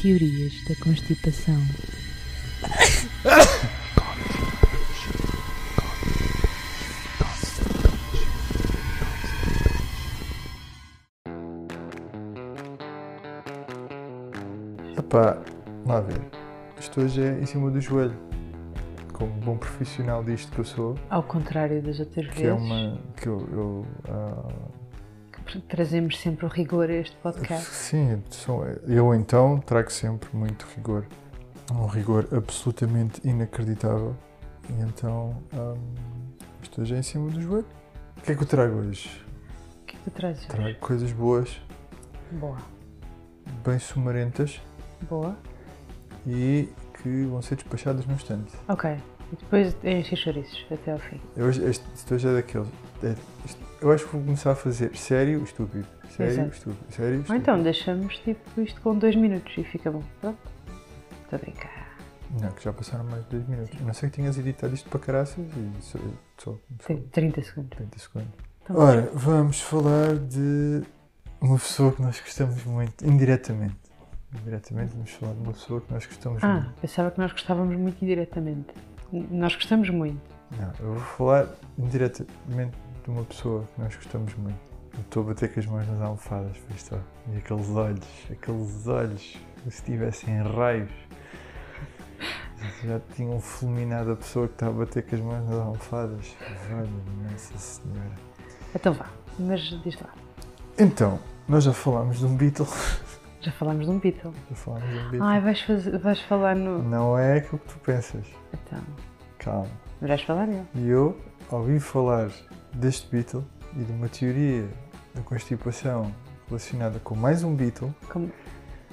Teorias da constipação. Epá, lá ver. Isto hoje é em cima do joelho. Como bom profissional disto que eu sou, Ao contrário das outras que vezes, é uma. que eu. eu, ah, que trazemos sempre o rigor a este podcast. sim, sou- eu então trago sempre muito rigor. Um rigor absolutamente inacreditável. E então. ah, isto hoje é em cima do joelho. O que é que eu trago hoje? O que é que tu trazes? hoje? Trago coisas boas, Boa, bem sumarentas boa. e que vão ser despachadas no instante. Ok, e depois enche os chouriços até ao fim. Eu, hoje- este, isto hoje é daqueles. é- isto- eu acho que vou começar a fazer sério, estúpido. Sério, Exato. estúpido. Sério, Ou estúpido. então deixamos tipo isto com dois minutos e fica bom. Pronto, estou a brincar. Não, que já passaram mais de 2 minutos. A não ser que tinhas editado isto para caraças e só, só, só Tem 30 segundos. 30 segundos. Então, Ora, vamos falar de uma pessoa que nós gostamos muito, indiretamente. Indiretamente, vamos falar de uma pessoa que nós gostamos ah, muito. pensava que nós gostávamos muito indiretamente. N- Nós gostamos muito. Não, eu vou falar indiretamente de uma pessoa que nós gostamos muito. Eu Estou a bater com as mãos nas almofadas, foi só. E aqueles olhos, aqueles olhos, como se tivessem raios. Já tinham fulminado a pessoa que está a bater com as mãos nas almofadas. Olha, Nossa Senhora. Então vá, mas diz lá. Então, nós já falámos de um Beatle. Já falámos de um Beatle. Já falámos de um Beatle. Ai, vais, fazer, vais falar no. Não é aquilo que tu pensas. Então, Calma. vais falar nele. E eu ouvi falar deste Beatle e de uma teoria da constipação relacionada com mais um Beatle. Como...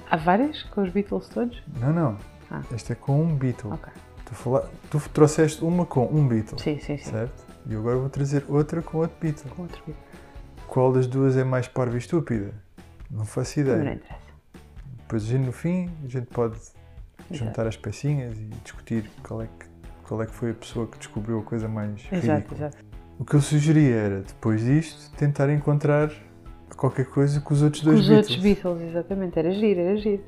Há várias com os Beatles todos? Não, não. Ah. Esta é com um Beatle. Ok. Tu, fala- tu trouxeste uma com um Beatle, Sim, sim, sim. certo? E eu agora vou trazer outra com outro Beatle. Com outro Beatle. Qual das duas é mais parva e estúpida? Não faço ideia. Também não interessa. Depois a gente, no fim, a gente pode Exato. juntar as pecinhas e discutir qual é que, qual é que foi a pessoa que descobriu a coisa mais Exato, ridícula. exato. O que eu sugeria era, depois disto, tentar encontrar qualquer coisa com os outros Com dois os Beatles. outros Beatles, exatamente. Era giro, era giro.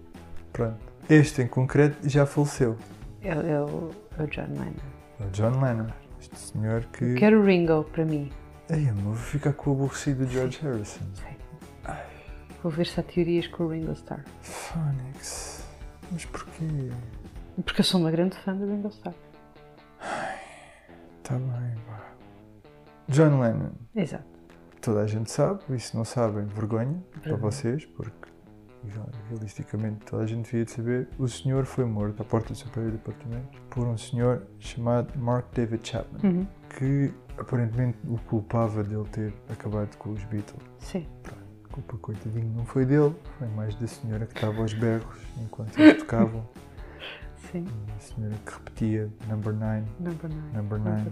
Pronto. Este em concreto já faleceu. É o- é o- é o John Lennon. É o John Lennon. Este senhor que. Quero o Ringo para mim. Ei, amor, vou ficar com o aborrecido do George Harrison. Vou ver se há teorias com o Ringo Starr. Phonics. Mas porquê? Porque eu sou uma grande fã do Ringo Starr. Tá bem, pá. John Lennon. Exato. Toda a gente sabe, e se não sabem, vergonha para Vergonha. vocês, porque real- realisticamente toda a gente devia de saber. O senhor foi morto à porta do seu próprio apartamento por um senhor chamado Mark David Chapman. Uhum. que aparentemente o culpava dele ter acabado com os Beatles. Sim. A culpa, coitadinho, não foi dele, foi mais da senhora que estava aos berros enquanto eles tocavam. Sim. A senhora que repetia number 9, Number 9. number 9,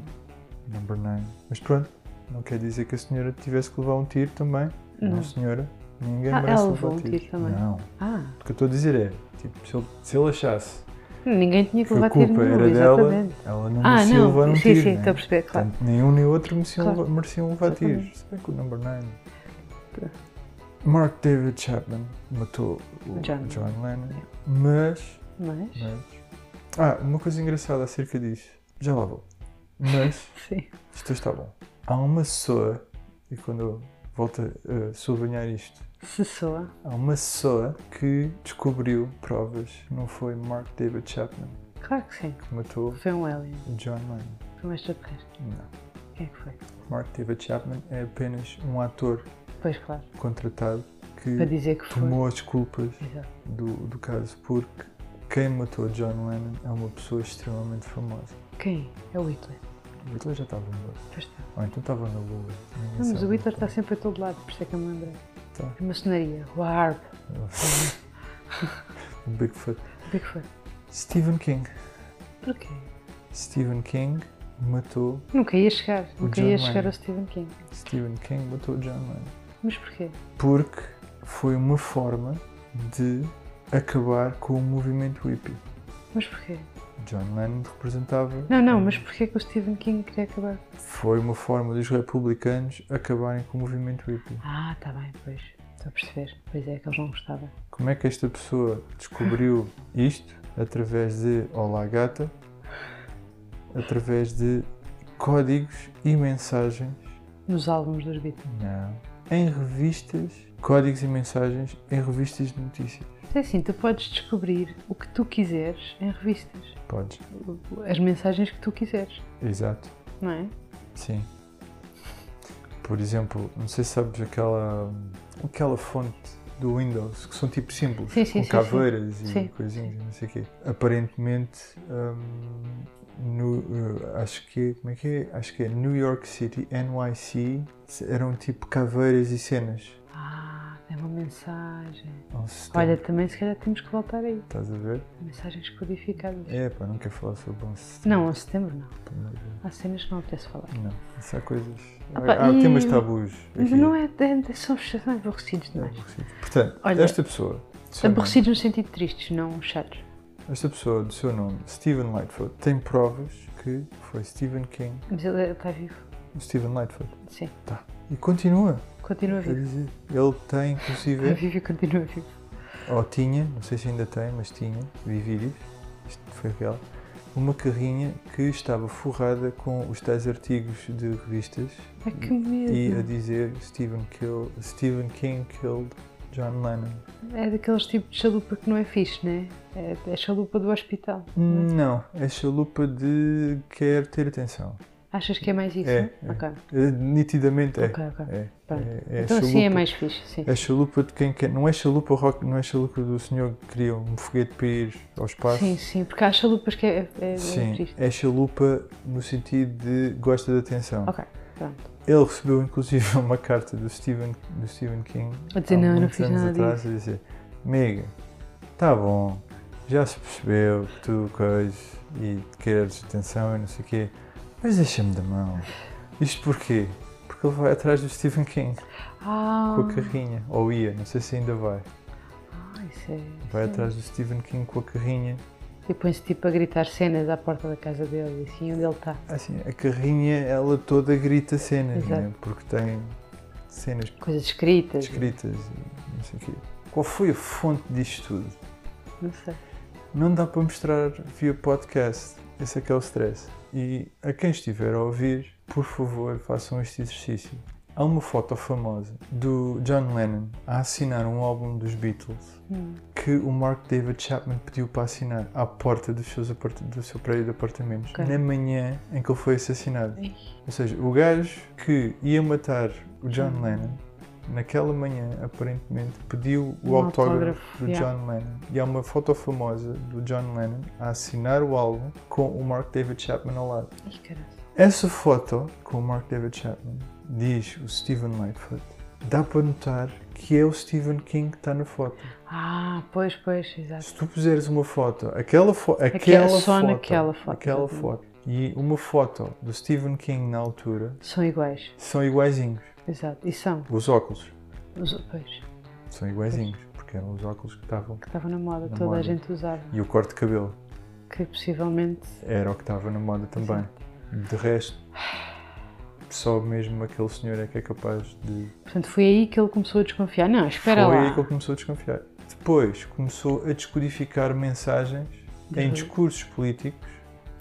number 9. Mas pronto, não quer dizer que a senhora tivesse que levar um tiro também. Não, Não. senhora, ninguém Ah, merece ela levar levou um tiro também. Não, Ah, o que eu estou a dizer é, tipo, se ele, se ele achasse ninguém tinha que que a levar tiro culpa nenhum, era dela, exatamente. ela não Ah, merecia levar um não. Sim, tiro. sim, né? estou a perceber, claro. Portanto, nenhum nem outro mereciam, Claro. levar- mereciam levar Exatamente. tiros. Se bem que o number 9. Tá. Mark David Chapman matou o John, John. Lennon, mas, Mas, mas. Ah, uma coisa engraçada acerca disso. Já lá vou. Mas, sim. isto está bom. Há uma pessoa, e quando eu volto a a sublinhar isto, Se soa. há uma pessoa que descobriu provas, não foi Mark David Chapman Claro que sim. que matou Foi um alien. o John Lennon. Foi um extraterrestre. Não. Quem é que foi? Mark David Chapman é apenas um ator Pois, claro. contratado Para que dizer que foi. tomou as culpas Exato. do, do caso, porque quem matou John Lennon é uma pessoa extremamente famosa. Quem? É o Hitler. O Hitler já estava morto. Pois está. Ou então estava na Lua. ninguém Não, mas sabe. o Hitler está sempre a todo lado, por isso é que eu me lembrei. Tá. A maçonaria, o harp, O Bigfoot. o que é que foi? Stephen King. Porquê? Stephen King matou. Nunca ia chegar, nunca John ia chegar Wayne. ao Stephen King. Stephen King matou John Lennon. Mas porquê? Porque foi uma forma de acabar com o movimento hippie. Mas porquê? John Lennon representava. Não, não, mas porquê que o Stephen King queria acabar? Foi uma forma dos republicanos acabarem com o movimento hippie. Ah, tá bem, pois. Estou a perceber. Pois é, que eles não gostavam. Como é que esta pessoa descobriu isto? Através de Olá Gata, através de códigos e mensagens. Nos álbuns dos Beatles. Não. É. Em revistas, códigos e mensagens em revistas de notícias. Mas É assim, tu podes descobrir o que tu quiseres em revistas. Podes. As mensagens que tu quiseres, Exato. não é? Sim. Por exemplo, não sei se sabes aquela, aquela fonte do Windows, que são tipo símbolos, Sim, sim, com sim, caveiras sim. e Sim. coisinhas e não sei o quê. Aparentemente, hum, no, eh, acho que é- como é que é? Acho que é New York City, NYC, eram tipo caveiras e cenas. Ah, é uma mensagem. Não sei se Olha, também se calhar temos que voltar aí. Estás a ver? Mensagens codificadas. É, pá, não quero falar sobre um Não, a setembro não. sistema, mas, Há cenas que não apetece falar. Não, isso há coisas. Ah, pá, há há e- temas tabus. Mas aqui. não é, é, é são são aborrecidos É demais. aborrecido. Portanto, Olha, esta pessoa. do seu nome- Aborrecidos no sentido tristes, não chatos. Esta pessoa do seu nome, Stephen Lightfoot, tem provas que foi Stephen King, Mas ele está vivo. o Stephen Lightfoot. Sim. E continua Continua a vivo. dizer. Ele tem, Está inclusive, vivo e continua vivo. ou tinha, não sei se ainda tem, mas tinha, vi vídeos, isto foi real, uma carrinha que estava forrada com os tais artigos de revistas Ai que medo. e a dizer Stephen, kill, Stephen King killed John Lennon. É daqueles tipos de chalupa que não é fixe, né? É, é chalupa do hospital. não é? Não, é chalupa de quer ter atenção. Achas que é mais isso? É, é. Ok, Eh, Nitidamente é. ok, ok. É, Pronto. é, é então assim é chalupa. mais fixe, sim. É chalupa de quem quer. Não é chalupa rock, não é chalupa do senhor que queria um foguete para ir ao espaço. Sim, sim, porque há chalupas que é, é, é Sim, triste. é chalupa no sentido de gosta de atenção. Ok, pronto. Ele recebeu inclusive uma carta do Stephen, do Stephen King A dizer, há não, eu não muitos fiz anos nada atrás disso. a dizer, amiga, tá bom, já se percebeu que tu coisas e queres atenção e não sei o quê, mas deixa-me da mão. Isto porquê? Porque ele vai atrás do Stephen King Ah, com a carrinha, ou ia, não sei se ainda vai. ah, isso é. Vai atrás do Stephen King com a carrinha. E põe-se tipo a gritar cenas à porta da casa dele e assim onde ele está. Assim, a carrinha, ela toda grita cenas, Exato. é. né? Porque tem cenas Coisas escritas. escritas e não sei o quê. Qual foi a fonte disto tudo? Não sei. Não dá para mostrar via podcast. Esse é que é o stress. E a quem estiver a ouvir, por favor, façam este exercício. Há uma foto famosa do John Lennon a assinar um álbum dos Beatles Hum. que o Mark David Chapman pediu para assinar à porta dos seus apart- do seu prédio de apartamentos Ok. na manhã em que ele foi assassinado. Ih. Ou seja, o gajo que ia matar o John Uhum. Lennon naquela manhã, aparentemente, pediu o Um autógrafo, autógrafo, do yeah. John Lennon. E há uma foto famosa do John Lennon a assinar o álbum com o Mark David Chapman ao lado. Ih, caralho. Essa foto com o Mark David Chapman, diz o Stephen Lightfoot, dá para notar que é o Stephen King que está na foto. Ah, pois, pois, exato. Se tu puseres uma foto, aquela, fo aquela, só foto, naquela foto, aquela exatamente. foto e uma foto do Stephen King na altura São iguais, são iguaizinhos. exato. E são Os óculos os pois, são iguaizinhos, porque eram os óculos que estavam. que estavam na moda, Na toda moda. a gente usava. E o corte de cabelo Que possivelmente era o que estava na moda também. De resto, só mesmo aquele senhor é que é capaz de. Portanto, foi aí que ele começou a desconfiar. Não, espera Foi lá. aí que ele começou a desconfiar. Depois começou a descodificar mensagens em Uhum. discursos políticos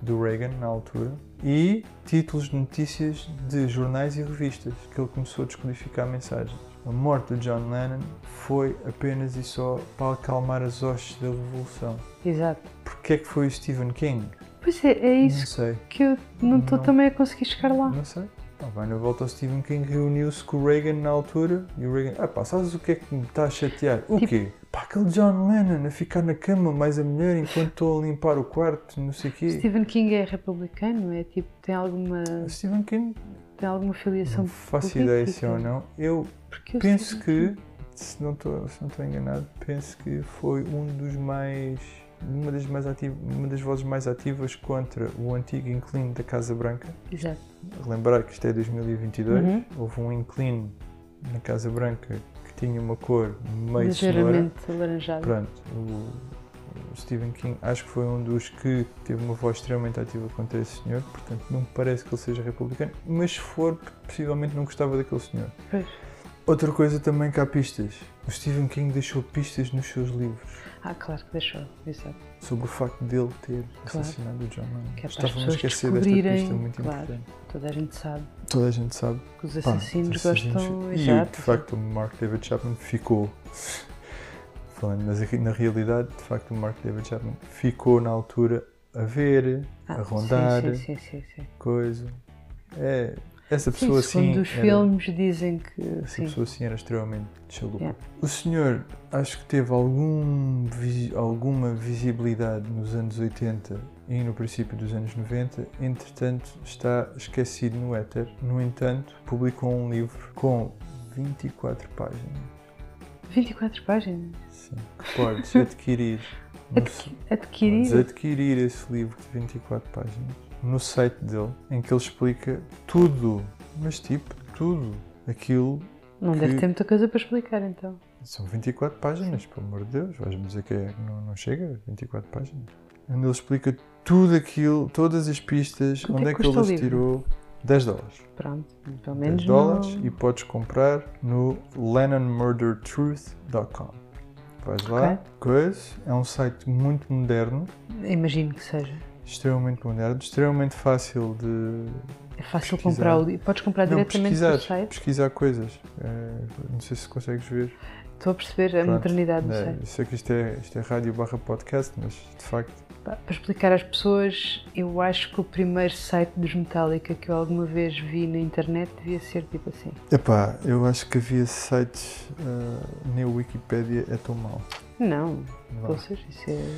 do Reagan na altura e títulos de notícias de jornais e revistas que ele começou a descodificar mensagens. A morte de John Lennon foi apenas e só para acalmar as hostes da revolução. Exato. Porquê é que foi o Stephen King? Pois é, é Não isso sei. que eu não estou Não. também a conseguir chegar lá. Não sei. Tá Pá, vai na volta ao Stephen King, reuniu-se com o Reagan na altura e o Reagan, ah pá, sabes o que é que me está a chatear? O Tipo- quê? Pá, aquele John Lennon a ficar na cama mais a mulher enquanto estou a limpar o quarto, não sei o quê. Ah, Stephen King é republicano, é tipo, tem alguma, Stephen King, tem alguma filiação não faço política? ideia se é ou não. Eu Porque um eu um penso sei- que, se não estou se não estou enganado, penso que foi um dos mais. Uma das, mais ativ- uma das vozes mais ativas contra o antigo inquilino da Casa Branca. Exato. lembrar que isto é 2022, Uhum. houve um inclino na Casa Branca que tinha uma cor meio cenoura. Ligeiramente alaranjado. Pronto, o, o Stephen King acho que foi um dos que teve uma voz extremamente ativa contra esse senhor, portanto não me parece que ele seja republicano, mas se for, possivelmente não gostava daquele senhor. Pois. Outra coisa também que há pistas. O Stephen King deixou pistas nos seus livros Ah, claro que deixou, exato. sobre o facto dele ter assassinado o John Lennon. Que é para as Estavam a pessoas esquecer desta pista descobrirem, muito claro. importante. Toda a gente sabe Toda a gente sabe. que os Pá, assassinos esses assassinos- gostam. E de exato. facto o Mark David Chapman ficou. Falando, mas aqui na realidade, de facto, o Mark David Chapman ficou na altura a ver, Ah, a rondar, Sim, sim, sim. sim, sim. coisa. É, essa Sim, pessoa segundo assim. os era- filmes dizem que Essa sim. pessoa assim era extremamente chalupa. Yeah. O senhor acho que teve algum, visi- alguma visibilidade nos anos 80 e no princípio dos anos 90, entretanto está esquecido no éter. No entanto, publicou um livro com 24 páginas 24 páginas. sim, que podes adquirir. no se- Adquirir. Podes adquirir esse livro de 24 páginas no site dele, em que ele explica tudo, mas tipo, tudo aquilo Não que- deve ter muita coisa para explicar então. São 24 páginas, pelo amor de Deus, vais-me dizer que é- não, não chega? 24 páginas. Onde ele explica tudo aquilo, todas as pistas, Quanto é onde que é que ele custa o as livro? tirou. 10 dólares. Pronto, pelo 10 menos. um dólares não... e podes comprar no lennonmurdertruth.com. Vais lá, coisa. É um site muito moderno, Imagino que seja. extremamente moderno, extremamente fácil de, É fácil Pesquisar. comprar o livro. Podes comprar não, diretamente pesquisar, do site. pesquisar coisas. Eh, não sei se consegues ver. Estou a perceber a Pronto, modernidade É do Eh, site. eu sei que isto é, isto é rádio barra podcast, mas de facto Pá, Para explicar às pessoas, eu acho que o primeiro site dos Metallica que eu alguma vez vi na internet devia ser tipo assim. Epá, eu acho que havia sites, ah, nem o Wikipédia é tão mau. Não, Vá. vocês, isso é.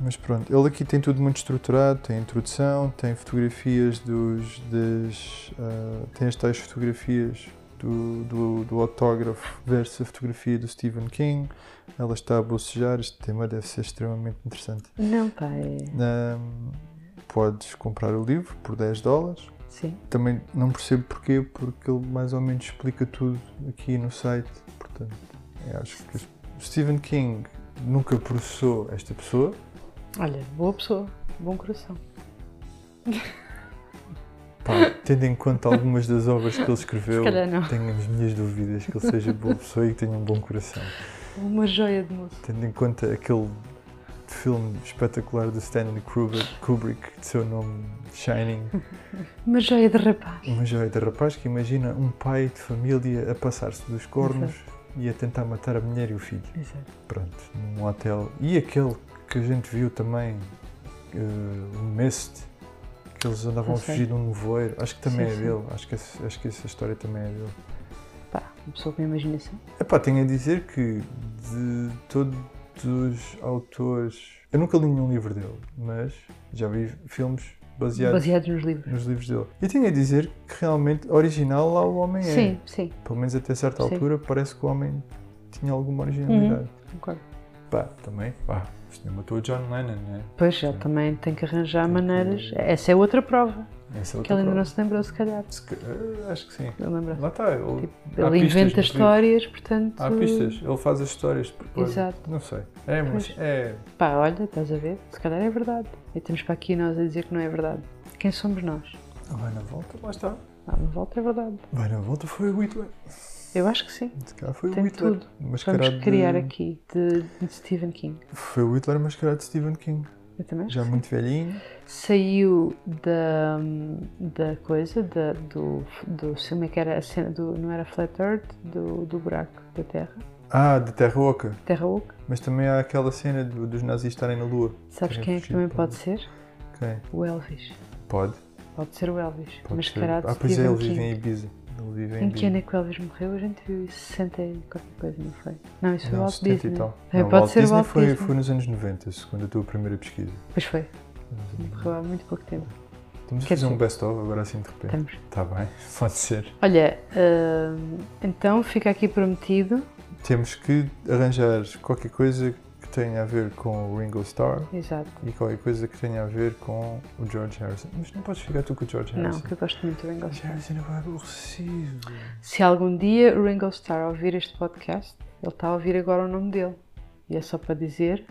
Mas pronto, ele aqui tem tudo muito estruturado, tem introdução, tem fotografias dos. Das, ah, tem as tais fotografias do, do, do autógrafo versus a fotografia do Stephen King. Ela está a bocejar, este tema deve ser extremamente interessante. Não, pá, é. Ahm, podes comprar o livro por 10 dólares. Sim. Também não percebo porquê, porque ele mais ou menos explica tudo aqui no site. Portanto, eu acho que o Stephen King nunca processou esta pessoa. Olha, boa pessoa, bom coração. Pá, tendo em conta algumas das obras que ele escreveu, Se calhar não. tenho as minhas dúvidas que ele seja boa pessoa e que tenha um bom coração. Uma joia de moço. Tendo em conta aquele filme espetacular do Stanley Kubrick, Kubrick de seu nome Shining, Uma joia de rapaz. Uma joia de rapaz que imagina um pai de família a passar-se dos cornos e a tentar matar a mulher e o filho. Exato. Pronto, num hotel. E aquele que a gente viu também, eh, o Mist, que eles andavam a Não sei. fugir de um nevoeiro. Acho que também Sim, é sim. dele. Acho que, esse- acho que essa história também é dele. Pá, uma pessoa com imaginação. Epá, tenho a dizer que de todos os autores. Eu nunca li nenhum livro dele, mas já vi filmes baseados. Baseados nos livros. Nos livros dele. E tenho a dizer que realmente original lá o homem é. Sim, sim, Pelo menos até certa Sim. Uhum. altura parece que o homem tinha alguma originalidade. concordo. Pá, também, pá, o cinema matou o John Lennon, né? Pois, ele também tem que arranjar Tem que- maneiras. Essa é outra prova, Essa é que outra ele ainda prova. não se lembrou, se calhar. Se ca- eh, Acho que sim. Ele lembra. Lá está, ele, há Tipo, Ele pistas inventa no histórias, livro. portanto. Há pistas, ele faz as histórias de propósito. Exato. Não sei. É, mas Pois. é. Pá, olha, estás a ver? Se calhar é verdade. E temos para aqui nós a dizer que não é verdade. Quem somos nós? Ah, Vai na volta, lá está. Ah, uma volta é verdade. Vai na volta foi o Whitler. Eu acho que sim. Se calhar foi Tem o Whitler. tudo. Mascarado Vamos criar de... aqui de, de Stephen King. Foi o Whitler mascarado de Stephen King. Eu também acho Já que muito velhinho. saiu da, da coisa da, do, do como é que era a cena do não era flat earth do, do buraco da terra Ah, de Terra Oca. terra oca Mas também há aquela cena do- dos nazis estarem na Lua. sabes Terem quem é que fugido também para- pode ser Quem? o Elvis Pode. pode ser o Elvis Pode ser. mascarado Ah, de pois é, Stephen ele vive King. em Ibiza. Ele vive em, em que Ibiza. ano é que o Elvis morreu? A gente viu isso, 60 e qualquer coisa, não foi? Não, isso foi o Não, Walt 70 Disney. um e tal. É, Não, pode Walt ser o Disney Walt foi, Disney. foi nos anos 90, segundo a tua primeira pesquisa. Pois foi, morreu há muito pouco tempo. Estamos a Quer fazer um dizer- best-of agora assim de repente. Estamos. Está bem, pode ser. Olha, hum, então fica aqui prometido. Temos que arranjar qualquer coisa que tenha a ver com o Ringo Starr Exato. e qualquer coisa que tenha a ver com o George Harrison. Mas não podes ficar tu com o George Não, Harrison. que eu gosto muito do Ringo George Starr. Harrison é bué aborrecido. Se algum dia o Ringo Starr ouvir este podcast, ele está a ouvir agora o nome dele. E é só para dizer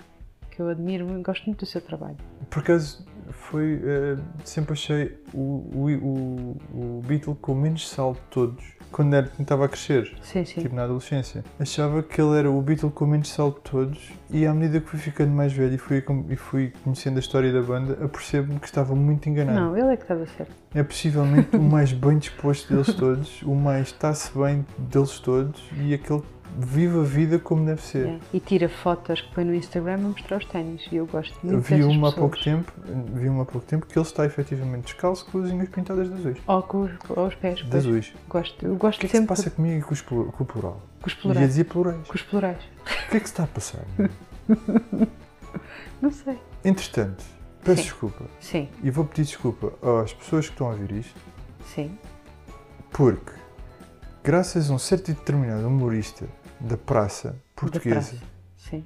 que eu admiro e gosto muito do seu trabalho. Por acaso, foi, eh, sempre achei o, o, o, o Beatle com menos sal de todos. quando era, quando estava a crescer, Sim, sim. tipo na adolescência. Achava que ele era o Beatle com menos salto de todos e à medida que fui ficando mais velho e fui, com- e fui conhecendo a história da banda, apercebo-me que estava muito enganado. Não, ele é que estava certo. É possivelmente o mais bem disposto deles todos, o mais está-se bem deles todos e aquele que vive a vida como deve ser. yeah. E tira fotos que põe no Instagram a mostrar os ténis. E eu gosto muito Eu vi dessas uma há pessoas. pouco tempo, vi uma há pouco tempo que ele está efetivamente descalço com as unhas pintadas de azuis. Ou com os- ou os pés. De pois. azuis. Gosto, eu O gosto que é que se sempre passa comigo e com, os plu- com o plural? com os Ia plurais. dizer plurais. Com os plurais. O que é que se está a passar? meu? Não sei. Entretanto, peço Sim. desculpa Sim, e vou pedir desculpa às pessoas que estão a ouvir isto sim. porque, graças a um certo e determinado humorista da praça portuguesa, Da praça. Sim.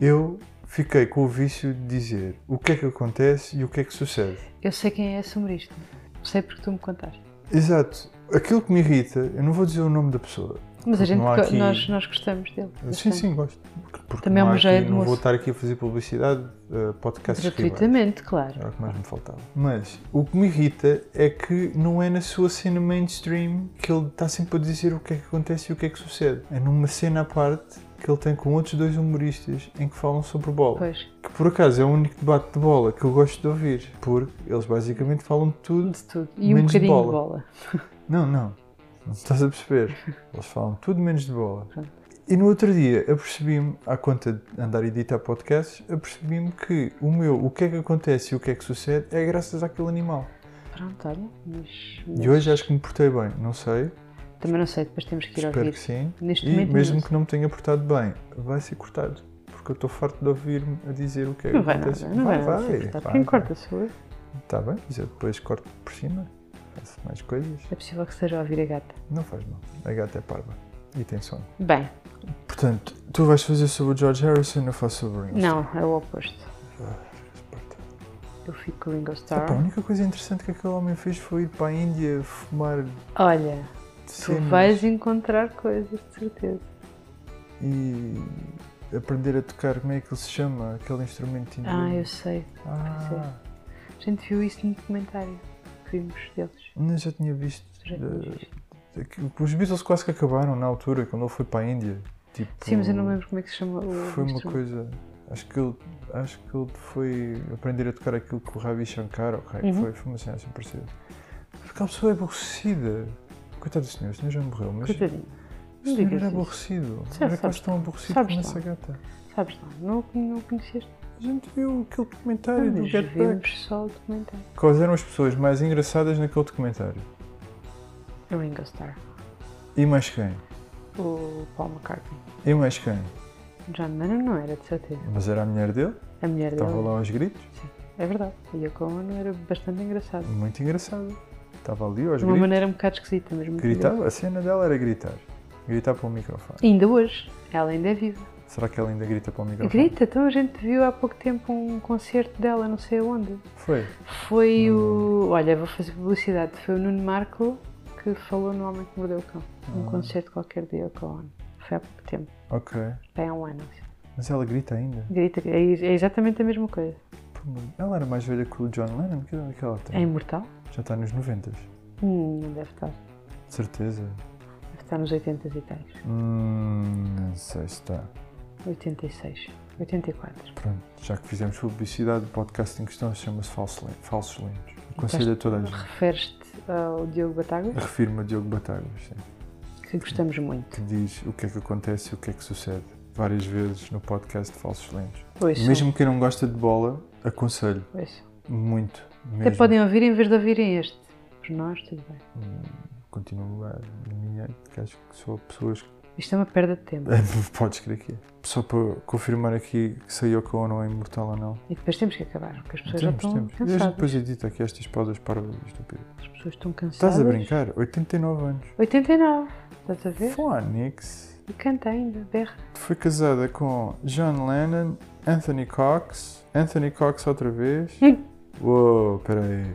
eu fiquei com o vício de dizer o que é que acontece e o que é que sucede. Eu sei quem é esse humorista. Sei porque tu me contaste. Exato. Aquilo que me irrita, eu não vou dizer o nome da pessoa. Mas a gente, há go- aqui- nós, nós gostamos dele. Sim, bastante. sim, gosto. Porque- Porque Também é não, há um jeito aqui, não vou moço. estar aqui a fazer publicidade, uh, podcasts rivais. Gratuitamente, claro. Era o que mais me faltava. Mas o que me irrita é que não é na sua cena mainstream que ele está sempre a dizer o que é que acontece e o que é que sucede. É numa cena à parte que ele tem com outros dois humoristas em que falam sobre bola. Pois, Que por acaso é o único debate de bola que eu gosto de ouvir. Porque eles basicamente falam de tudo. de tudo. E um Menos de bocadinho de bola. bola. Não, não. Não estás a perceber. Eles falam tudo menos de bola. Pronto. E no outro dia apercebi-me, à conta de andar a editar podcasts, apercebi-me que o meu o que é que acontece e o que é que sucede é graças àquele animal. Pronto, olha. Mas, E hoje acho que me portei bem, não sei, Também não sei, depois temos que ir espero ouvir. que sim. Neste E momento, mesmo não. que não me tenha portado bem, vai ser cortado. Porque eu estou farto de ouvir-me a dizer o que é que Não vai acontece. nada, não vai, nada. tá, ser cortado. Quem corta sou eu. Está Tá bem, mas eu depois corto por cima, faço mais coisas. É possível que seja a ouvir a gata. Não faz mal, a gata é parva e tem sono. Bem, Portanto, tu vais fazer sobre o George Harrison, eu faço sobre o Ringo não, é o oposto. Ah, Starr. Eu fico com o Ringo Ah, pá, a Starr. única coisa interessante que aquele homem fez foi ir para a Índia fumar Olha, tu cenas vais encontrar coisas, de certeza. e aprender a tocar, como é que ele se chama, aquele instrumento indiano. Ah, eu sei. Ah, A gente viu isso no documentário que vimos deles. não, já tinha visto. Já eh, vimos. que- Os Beatles quase que acabaram na altura, quando ele foi para a Índia. Tipo, Sim, mas eu não me lembro como é que se chama o Foi uma instrumento. coisa. Acho que ele, acho que ele foi aprender a tocar aquilo que o Ravi Shankar, ou que Uhum. foi, foi uma cena assim parecida. Aquela pessoa é aborrecida. Coitado do senhor, o senhor já morreu, mas Coitadinho. o não senhor digas era isso. aborrecido. Sim, Era sabes quase tão aborrecido Sabes como lá. essa gata. Sabes lá, não, não conheceste. A gente viu aquele documentário do Mas Get Back. vimos só o documentário. Quais eram as pessoas mais engraçadas naquele documentário? O Ringo Starr. E mais quem? O Paul McCartney. E mais quem? John Lennon não era, de certeza. Mas era a mulher dele, A mulher dele. estava lá aos gritos, É verdade. E a Cohen era bastante engraçada. muito engraçada. Estava ali aos De uma gritos. maneira um bocado esquisita, mas muito Gritava, a cena dela era gritar. Gritar para o microfone. engraçada. Ainda hoje. Ela ainda é viva. Será que ela ainda grita para o microfone? Grita, então a gente viu há pouco tempo um concerto dela, não sei onde. Foi. Foi o. Olha, vou fazer publicidade. Foi o Nuno Marco que falou no Homem que Mordeu o Cão. Um Ah. concerto qualquer dia com a ONU. Foi há pouco tempo. Ok. Bem há um ano. assim. Mas ela grita ainda. Grita, é, é exatamente a mesma coisa. Ela era mais velha que o John Lennon. Que idade é que ela É tem? imortal? Já está nos 90. De Hum, não deve estar. certeza. Deve estar nos 80 e tais. Hum, não sei se está. 86. 84. Pronto, já que fizemos publicidade, o podcast em questão chama-se Falso Lin- Falsos Lentos. Aconselho a toda a gente. Referes-te ao Diogo Batagas, Refiro-me a Diogo Batagas, sim, que gostamos muito. que diz o que é que acontece e o que é que sucede várias vezes no podcast de Falsos Lentos. Ouçam, Mesmo quem não gosta de bola, aconselho ouçam. muito. Até Mesmo. podem ouvir em vez de ouvirem este. Por nós, tudo bem. Continuo a minha, que acho que só pessoas que. Isto é uma perda de tempo. Podes crer que é. Só para confirmar aqui que se a Yoko Ono é imortal ou não. E depois temos que acabar, porque as pessoas já estão temos. E a gente cansadas. depois edita aqui estas paudas para estúpido. As pessoas estão cansadas. Estás a brincar? 89 anos. 89. Estás a ver? Phonics E canta ainda, berra. foi casada com John Lennon, Anthony Cox, Anthony Cox outra vez. Hum. Uou, peraí.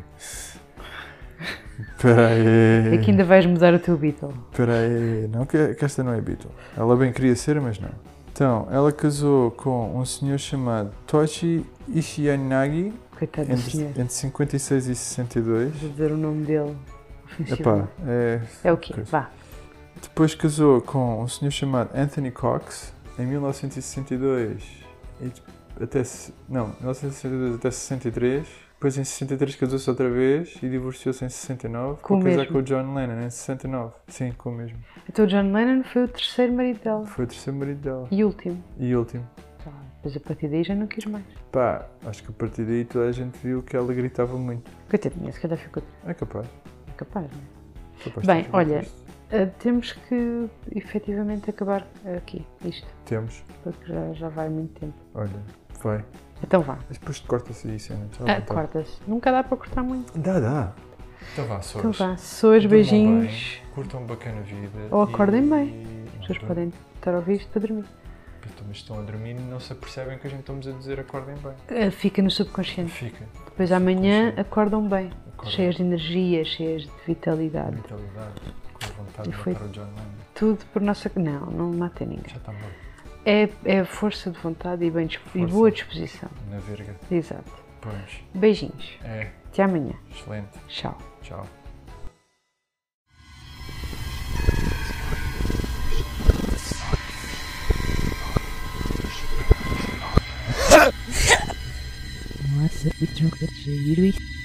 Peraí. É que ainda vais mudar o teu Beatle. Peraí, não que, que esta não é Beatle. Ela bem queria ser, mas não. Então, ela casou com um senhor chamado Toshi Ishiyanagi Coitado do entre, senhor. entre 56 e 62. Vou dizer o nome dele. ofensivo. Epá, é É o quê? Coisa. Vá. Depois casou com um senhor chamado Anthony Cox em 1962. E de- até. se- Não, 1962 até 63. Depois em 63 casou-se outra vez e divorciou-se em 69. Com o para casar mesmo. com o John Lennon em 69. Sim, com o mesmo. Então o John Lennon foi o terceiro marido dela. Foi o terceiro marido dela. E último. E último. Tá. Mas a partir daí já não quis mais. Pá, acho que a partir daí toda a gente viu que ela gritava muito. Coitadinha, se calhar ficou É capaz. capaz, não é? capaz de Bem, ter sido olha. isto. Ah, temos que efetivamente acabar aqui, isto, Temos. porque já, já vai muito tempo. Olha, vai. Então vá. Mas depois corta-se aí cenas. à Ah, vontade. cortas. Nunca dá para cortar muito. Dá, dá. Então vá, só. Então vá. Sois, beijinhos. Curtam bacana a vida. Ou acordem e- bem. As pessoas Então, podem estar a ouvir isto para dormir. então, Mas estão a dormir e não se apercebem que a gente estamos a dizer acordem bem. Ah, Fica no subconsciente. Fica. Depois amanhã acordam Hum. bem. Acordem. Cheias de energia, cheias de vitalidade. Vitalidade. Com a vontade E de foi. matar o John Lennon. Tudo por nossa. Não, não mata ninguém. Já está morto. É, é força de vontade e, bem disp- e Força. boa disposição. Na verga. Exato. Pois. Beijinhos. É. Até amanhã. Excelente. Tchau. Tchau. Nossa, que tronco de giro.